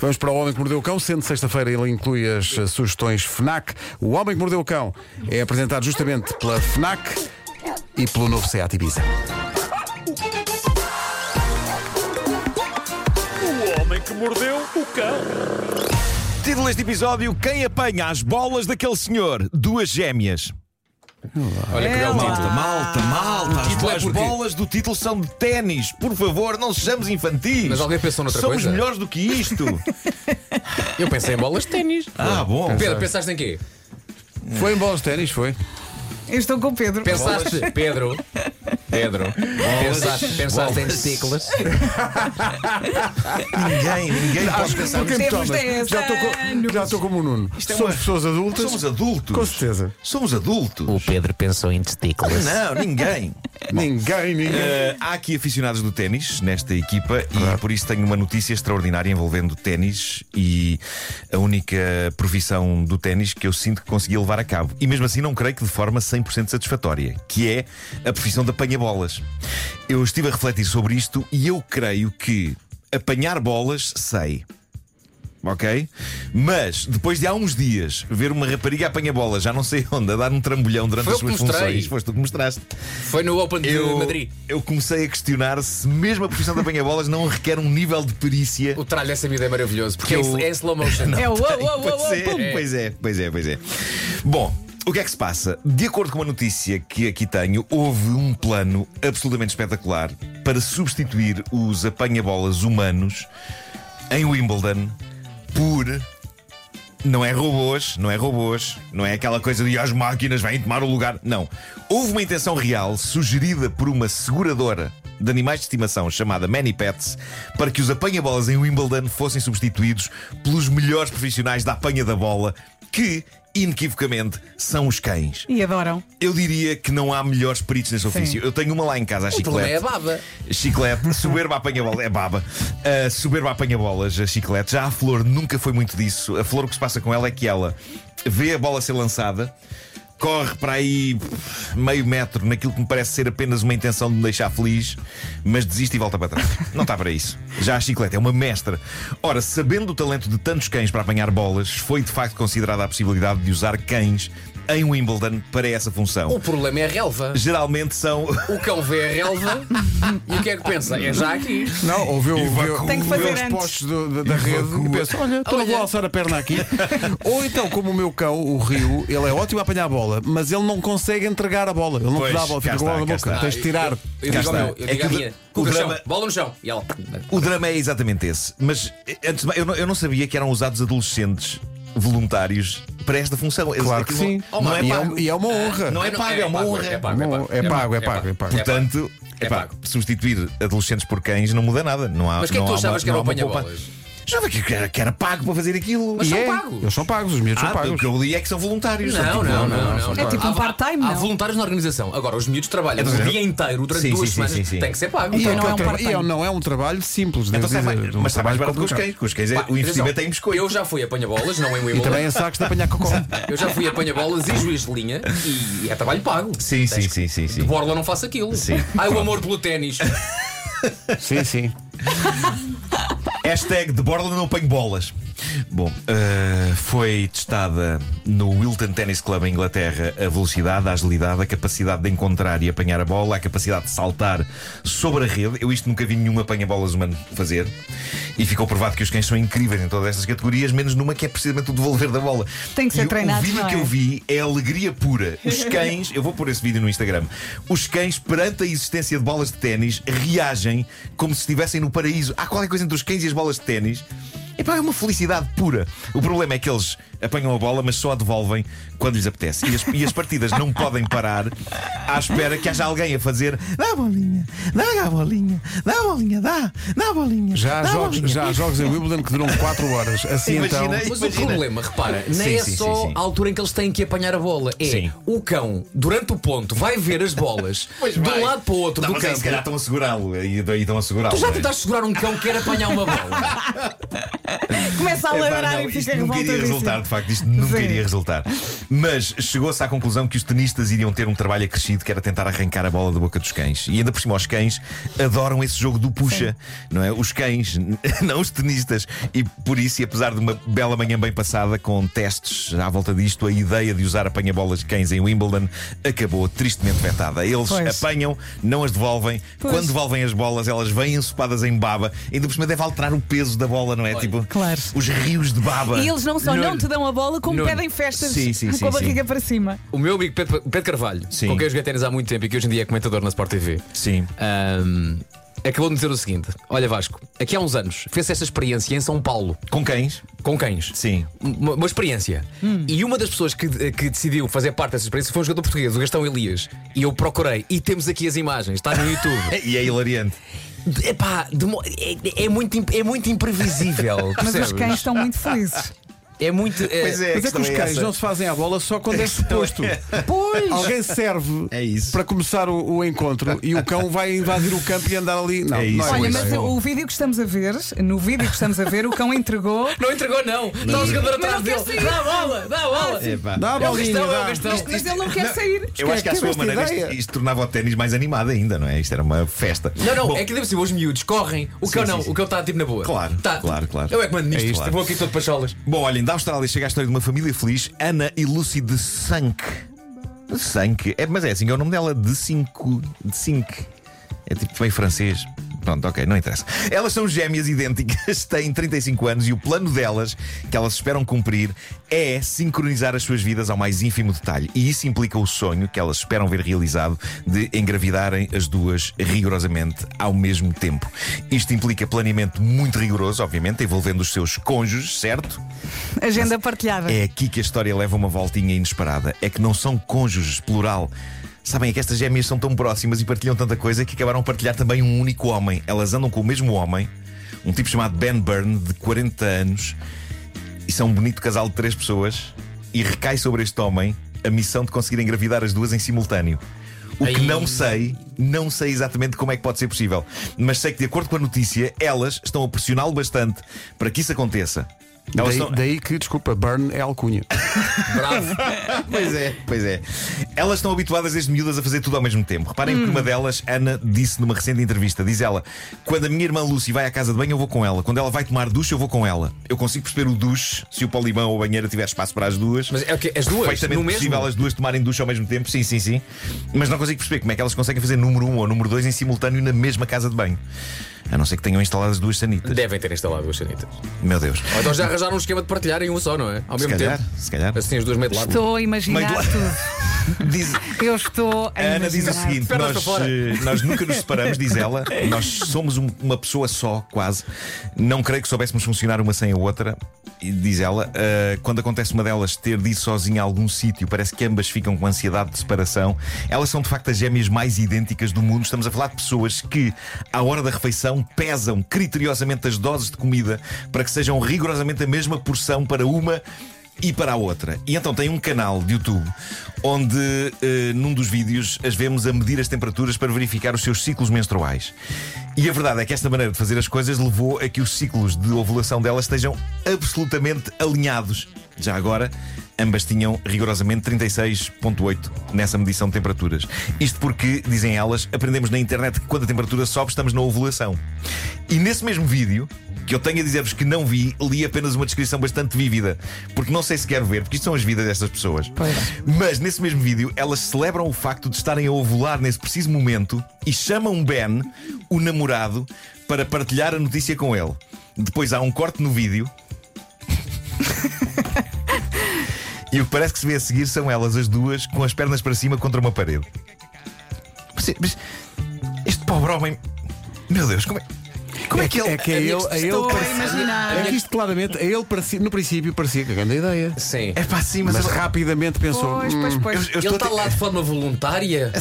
Vamos para o Homem que Mordeu o Cão. Sendo sexta-feira, ele inclui as eh, sugestões FNAC. O Homem que Mordeu o Cão é apresentado justamente pela FNAC e pelo novo SEAT Ibiza. O homem que mordeu o cão. Título deste episódio: Quem apanha as bolas daquele senhor? Duas gêmeas. Olha que belo título. Malta, malta, malta. As, título é as porquê? bolas do título são de ténis. Por favor, não sejamos infantis. Mas alguém pensou noutra Somos coisa? melhores do que isto. Eu pensei em bolas de ténis. ah, bom. Pedro, pensaste em quê? Foi em bolas de ténis, foi? Eu estou com o Pedro. Pensaste, Pedro. Pedro. Pensaste, pensaste em testículas. Ninguém, ninguém pode pensar. Porque Temos Thomas, 10 já estou com- já estou como o Nuno. é Somos uma- pessoas adultas. Somos Com adultos. certeza. Somos adultos. O Pedro pensou em testículas. Não, ninguém. Ninguém, ninguém. Eh, há aqui aficionados do ténis nesta equipa e por isso tenho uma notícia extraordinária envolvendo o ténis e a única profissão do ténis que eu sinto que consegui levar a cabo. E mesmo assim não creio que de forma 100% satisfatória, que é a profissão de apanha-bolas. Eu estive a refletir sobre isto e eu creio que apanhar bolas sei. Ok? Mas depois de há uns dias ver uma rapariga apanha-bolas, já não sei onde, a dar um trambolhão durante Foi as eu que suas mostrei. funções, foste tu que mostraste. Foi no Open de Eu, Madrid. eu comecei a questionar se mesmo a profissão de apanha-bolas não requer um nível de perícia. O tralho dessa vida é maravilhoso, porque Que é eu- em- é em slow motion. É o uou, uou, uou, Pois uou, é, pum. pois é, pois é, pois é. Bom, o que é que se passa? De acordo com uma notícia que aqui tenho, houve um plano absolutamente espetacular para substituir os apanha-bolas humanos em Wimbledon por. Não é robôs, não é robôs, não é aquela coisa de "E as máquinas vêm tomar o lugar. Não. Houve uma intenção real sugerida por uma seguradora de animais de estimação chamada Manny Pets para que os apanha-bolas em Wimbledon fossem substituídos pelos melhores profissionais da apanha da bola que, inequivocamente, são os cães. E adoram. Eu diria que não há melhores peritos neste ofício. Eu tenho uma lá em casa, a O problema é a chiclete. baba. Chiclete, soberba apanha-bola, é baba. Uh, soberba apanha-bolas, a chiclete. Já a flor nunca foi muito disso. A flor o que se passa com ela é que ela vê a bola ser lançada, corre para aí pff, meio metro naquilo que me parece ser apenas uma intenção de me deixar feliz, mas desiste e volta para trás. Não está para isso. Já a chiclete é uma mestra. Ora, sabendo o talento de tantos cães para apanhar bolas, foi de facto considerada a possibilidade de usar cães em Wimbledon para essa O função. problema é a relva. Geralmente são. O cão vê a relva e o que é que pensa? É já aqui. Não, ouviu, ouviu, Tem que fazer ouviu os antes. postos do- da, da rede e pensa, olha, estou a Olha. alçar a perna aqui. Ou então, como o meu cão, o Rio, ele é ótimo a apanhar a bola, mas ele não consegue entregar a bola. Ele não Pois, te dá a bola, cá fica com a bola está, na cá boca. está. Tens de tirar. Eu digo está. ao meu, eu É digo à que o minha. dra- Com o o chão, drama- bola no chão. E ela. O drama é exatamente esse. Mas eh, antes de mais, eu não, eu não sabia que eram usados adolescentes voluntários para esta função. Eles- Claro que aquilo sim. Não, não é e, é, pago. um- e é uma honra. Não é pago, é uma honra. É pago, é pago. É pago, é pago, é pago. Portanto, É epá, pago. substituir adolescentes por cães não muda nada. Não há, Mas o que é que não tu há achavas uma- que era o não há uma poupa- apanha-bolas? Achava que era, que era pago para fazer aquilo. Mas E são é, pagos. Eles são pagos, os miúdos Ah, são pelo pagos. que eu li é que são voluntários. são Não, tipo- não, não, não. são É tipo Há- um part-time, Há não? voluntários na organização. Agora, os miúdos trabalham Então, o dia inteiro, durante Sim, duas sim, sim, semanas, sim, sim. tem que ser pago. Então não é um Então, part-time. E não é um trabalho simples. Então, devo sai mais- dizer, um mas está mais trabalho barato que os complicado. cães. Com os cães é- Pá, o investimento atenção, é em biscoito. Eu já fui apanha-bolas, não em E Wimbledon. também é sacos de apanhar cocó. Eu já fui apanha-bolas e juiz de linha e é trabalho pago. Sim, sim, sim, sim, De sim. borla não faço aquilo. Sim. Ai, o amor pelo ténis. Sim, sim. Hashtag de borla não apanho bolas. Bom, eh, foi testada no Wilton Tennis Club em Inglaterra a velocidade, a agilidade, a capacidade de encontrar e apanhar a bola, a capacidade de saltar sobre a rede. Eu isto nunca vi nenhum apanha-bolas humano fazer. E ficou provado que os cães são incríveis em todas estas categorias, menos numa que é precisamente o devolver da bola. Tem que ser E o- treinado, O vídeo não que é? eu vi é alegria pura. Os cães, eu vou pôr esse vídeo no Instagram. Os cães, perante a existência de bolas de ténis, reagem como se estivessem no paraíso. Há qualquer coisa entre os cães e as bolas de ténis. Epá, é uma felicidade pura. O problema é que eles apanham a bola, mas só a devolvem quando lhes apetece. E as, e as partidas não podem parar à espera que haja alguém a fazer. Dá a bolinha, dá a bolinha, dá a bolinha, dá, dá a bolinha. Já há dá a jogos, bolinha." já há jogos em Wimbledon que duram 4 horas. Assim então. Imaginei. Mas o Imagina. problema, repara, não Sim, é sim, só sim, sim. a altura em que eles têm que apanhar a bola. É Sim. o cão, durante o ponto, vai ver as bolas de um lado para o outro Não, do mas é aí, campo. se calhar estão a segurá-lo. E, e estão a segurá-lo. Tu já não é? tentaste segurar um cão que quer apanhar uma bola? Começa a Epá, ladrar É não, e isto fica nunca iria revoltadíssimo. resultar, de facto, isto nunca Sim. iria resultar. Mas chegou-se à conclusão que os tenistas iriam ter um trabalho acrescido que era tentar arrancar a bola da boca dos cães. E ainda por cima, os cães adoram esse jogo do puxa, não é? Os cães, não os tenistas. E por isso, e apesar de uma bela manhã bem passada com testes à volta disto, a ideia de usar apanha-bolas de cães em Wimbledon acabou tristemente vetada. Eles Pois. apanham, não as devolvem. Pois. Quando devolvem as bolas, elas vêm ensopadas em baba. Ainda por cima, deve alterar o peso da bola, não é? Tipo, Claro. os rios de baba. E eles não só não Nuno. te dão a bola, como Nuno. pedem festas Sim, sim, com sim, a sim. barriga para cima. O meu amigo Pedro, Pedro Carvalho, Sim. com quem eu joguei ténis há muito tempo e que hoje em dia é comentador na Sport TV, Sim. ahm, acabou de dizer o seguinte: Olha, Vasco, aqui há uns anos fez esta experiência em São Paulo Com cães? com cães. Sim. Uma, uma experiência. Hum. E uma das pessoas que, que decidiu fazer parte dessa experiência foi um jogador português, o Gastão Elias. E eu procurei, e temos aqui as imagens, está no YouTube. E é hilariante. De- Epá, demo- é, é muito, imp- é muito imprevisível. Mas os percebes? cães estão muito felizes. É muito. é- Mas é que os cães não se fazem à bola só quando é suposto. Pois! Alguém serve É isso. para começar o, o encontro e o cão vai invadir o campo e andar ali. Não, É isso, não Olha, Pois, mas é. o vídeo que estamos a ver, no vídeo que estamos a ver, o cão entregou. Não entregou, não. Está o jogador Mas atrás não quer dele. sair. Dá a bola, dá a bola. Dá a É bolinha, o Gastão, é o dá. Gastão. Mas ele não quer sair. Eu acho que à Quem teve sua esta maneira isto, ideia? isto tornava o ténis mais animado ainda, não é? Isto era uma festa. Não, não, Bom, é que deve ser os miúdos, correm. O cão Sim, não, sim, sim. o cão está tipo na boa. Claro, Tá. claro, claro. Eu é que mando nisto, É isto, claro. claro. vou aqui todo para cholas. Bom, olhem, da Austrália chega a história de uma família feliz, Ana e Lucy de Sank. Sank, é, mas é assim, é o nome dela de 5. De 5. É tipo meio francês. Pronto, ok, não interessa. Elas são gêmeas idênticas, têm 35 anos e o plano delas, que elas esperam cumprir, é sincronizar as suas vidas ao mais ínfimo detalhe. E isso implica o sonho que elas esperam ver realizado de engravidarem as duas rigorosamente ao mesmo tempo. Isto implica planeamento muito rigoroso, obviamente, envolvendo os seus cônjuges, certo? Agenda partilhada. É aqui que a história leva uma voltinha inesperada. É que não são cônjuges, plural. Sabem, é que estas gêmeas são tão próximas e partilham tanta coisa que acabaram a partilhar também um único homem. Elas andam com o mesmo homem, um tipo chamado Ben Byrne, de 40 anos, e são um bonito casal de três pessoas. E recai sobre este homem a missão de conseguir engravidar as duas em simultâneo. O que Ai. não sei, não sei exatamente como é que pode ser possível. Mas sei que, de acordo com a notícia, elas estão a pressioná-lo bastante para que isso aconteça. Elas Daí, estão- daí que, desculpa, burn é alcunha. Bravo. Pois é, pois é. Elas estão habituadas desde miúdas a fazer tudo ao mesmo tempo. Reparem Hum. que uma delas, Ana, disse numa recente entrevista: diz ela, quando a minha irmã Lucy vai à casa de banho, eu vou com ela. Quando ela vai tomar ducha, eu vou com ela. Eu consigo perceber o duche se o polimão ou a banheira tiver espaço para as duas. Mas é o quê? As duas? Perfeitamente No mesmo? possível elas duas tomarem ducha ao mesmo tempo, sim, sim, sim. Mas não consigo perceber como é que elas conseguem fazer número um ou número dois em simultâneo na mesma casa de banho. A não ser que tenham instalado as duas sanitas. Devem ter instalado as sanitas. Meu Deus. Ou então já arranjaram um esquema de partilhar em um só, não é? Ao Se mesmo calhar, tempo. se calhar. Assim as duas meio de lado. Estou a Meio imaginar de lado. tudo. Diz, Eu estou a A Ana imaginar. diz o seguinte: Pernas nós, para fora. eh, nós nunca nos separamos, diz ela. Nós somos um- uma pessoa só, quase. Não creio que soubéssemos funcionar uma sem a outra. E diz ela, eh, quando acontece uma delas ter de ir sozinha a algum sítio, parece que ambas ficam com ansiedade de separação. Elas são de facto as gêmeas mais idênticas do mundo. Estamos a falar de pessoas que, à hora da refeição, pesam criteriosamente as doses de comida para que sejam rigorosamente a mesma porção para uma e para a outra. E então tem um canal de YouTube onde, eh, num dos vídeos, as vemos a medir as temperaturas para verificar os seus ciclos menstruais. E a verdade é que esta maneira de fazer as coisas levou a que os ciclos de ovulação delas estejam absolutamente alinhados. Já agora, ambas tinham rigorosamente 36,8 nessa medição de temperaturas. Isto porque, dizem elas, aprendemos na internet que quando a temperatura sobe, estamos na ovulação. E nesse mesmo vídeo, que eu tenho a dizer-vos que não vi, li apenas uma descrição bastante vívida, porque não sei se quero ver, porque isto são as vidas destas pessoas. Mas nesse mesmo vídeo, elas celebram o facto de estarem a ovular nesse preciso momento e chamam Ben, o namorado, para partilhar a notícia com ele. Depois há um corte no vídeo. E o que parece que se vê a seguir são elas as duas com as pernas para cima contra uma parede. Mas, mas este pobre homem. Meu Deus, como é, como é que ele. É que a ele, a ele Estou a parecia- imaginar. É que isto claramente, a ele parecia, no princípio parecia que é a grande ideia. Sim. É para cima, Mas rapidamente pensou. "Hum, Pois, pois, Eu, pois. eu Ele estou está a É te- lá de forma voluntária?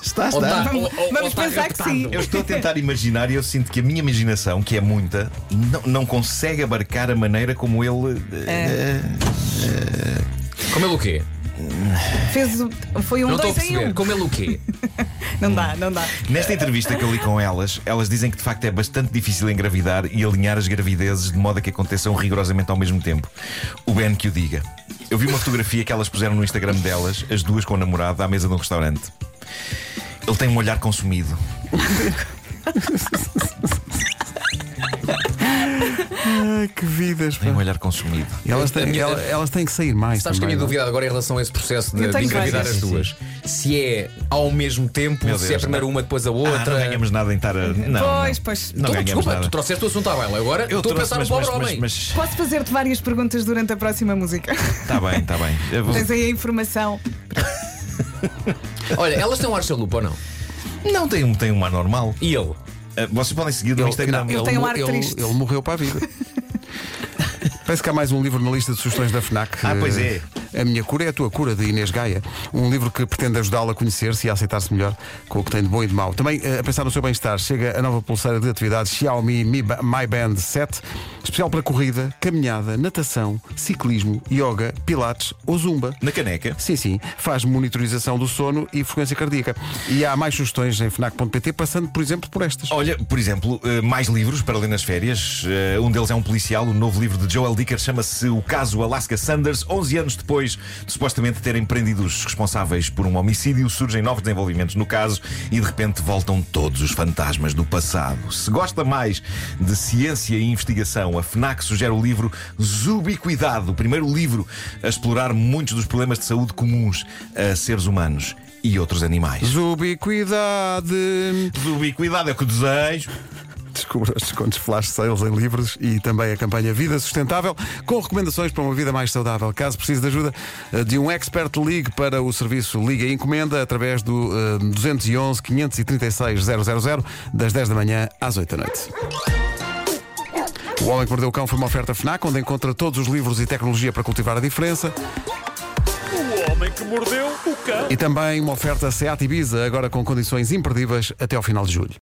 Está, Ou está. tá- ou- ou- Vamos ou tá pensar que sim. raptado? Eu estou a tentar imaginar e eu sinto que a minha imaginação, que é muita, não, não consegue abarcar a maneira como ele. eh, Como ele o quê? Fez o- Foi um não estou a dois em perceber. um. Como ele o quê? Não dá, não dá. Nesta entrevista que eu li com elas, elas dizem que de facto é bastante difícil engravidar e alinhar as gravidezes de modo a que aconteçam rigorosamente ao mesmo tempo. O Ben que o diga. Eu vi uma fotografia que elas puseram no Instagram delas, as duas com o namorado, à mesa de um restaurante. Ele tem um olhar consumido. Ah, que vidas, Tem um pá. olhar consumido. Elas A têm, minha- elas, elas têm que sair mais. Sabes que a também, não minha é? dúvida agora é em relação a esse processo de, Eu tenho de engravidar várias. as duas. Se é ao mesmo tempo, Meu se é Deus, primeiro não. uma, depois a Ah, não outra. ganhamos nada em estar a. Não, Pois, não. pois. Não Então, ganhamos desculpa, nada. tu trouxeste o assunto à baila. Agora estou a trouxe, pensar no mas- pobre mas- homem. Mas Posso fazer-te várias perguntas durante a próxima música? está Tá bem, está bem. Eu vou- Tens aí a informação. Olha, elas têm um ar chalupa ou não? Não tem, um- tem uma normal. E ele? Ah, Vocês podem seguir no Ele- Instagram. não, Ele tem um mo- ar triste. ele morreu para a vida. Parece que há mais um livro na lista de sugestões da FNAC. Ah, pois é. A Minha Cura é a Tua Cura, de Inês Gaia. Um livro que pretende ajudá-la a conhecer-se e a aceitar-se melhor com o que tem de bom e de mau. Também, eh, a pensar no seu bem-estar, chega a nova pulseira de atividade Xiaomi Mi Ba- My Band 7, especial para corrida, caminhada, natação, ciclismo, yoga, pilates ou zumba. Na caneca. Sim, sim. Faz monitorização do sono e frequência cardíaca. E há mais sugestões em FNAC.pt, passando, por exemplo, por estas. Olha, por exemplo, eh, mais livros para ler nas férias. Eh, Um deles é um policial, o novo livro de Joel Dicker chama-se O Caso Alaska Sanders. 11 anos depois de supostamente terem prendido os responsáveis por um homicídio, surgem novos desenvolvimentos no caso e de repente voltam todos os fantasmas do passado. Se gosta mais de ciência e investigação, a FNAC sugere o livro Zubiquidade, o primeiro livro a explorar muitos dos problemas de saúde comuns a seres humanos e outros animais. Zubiquidade. Zubiquidade é o que desejo. Descubra os descontos flash sales em livros e também a campanha Vida Sustentável, com recomendações para uma vida mais saudável. Caso precise de ajuda eh, de um expert, ligue para o serviço Liga e Encomenda através do eh, 211 536 000 das 10 da manhã às 8 da noite. O Homem que Mordeu o Cão foi uma oferta FNAC, onde encontra todos os livros e tecnologia para cultivar a diferença. O homem que mordeu o cão. E também uma oferta SEAT Ibiza, agora com condições imperdíveis até ao final de julho.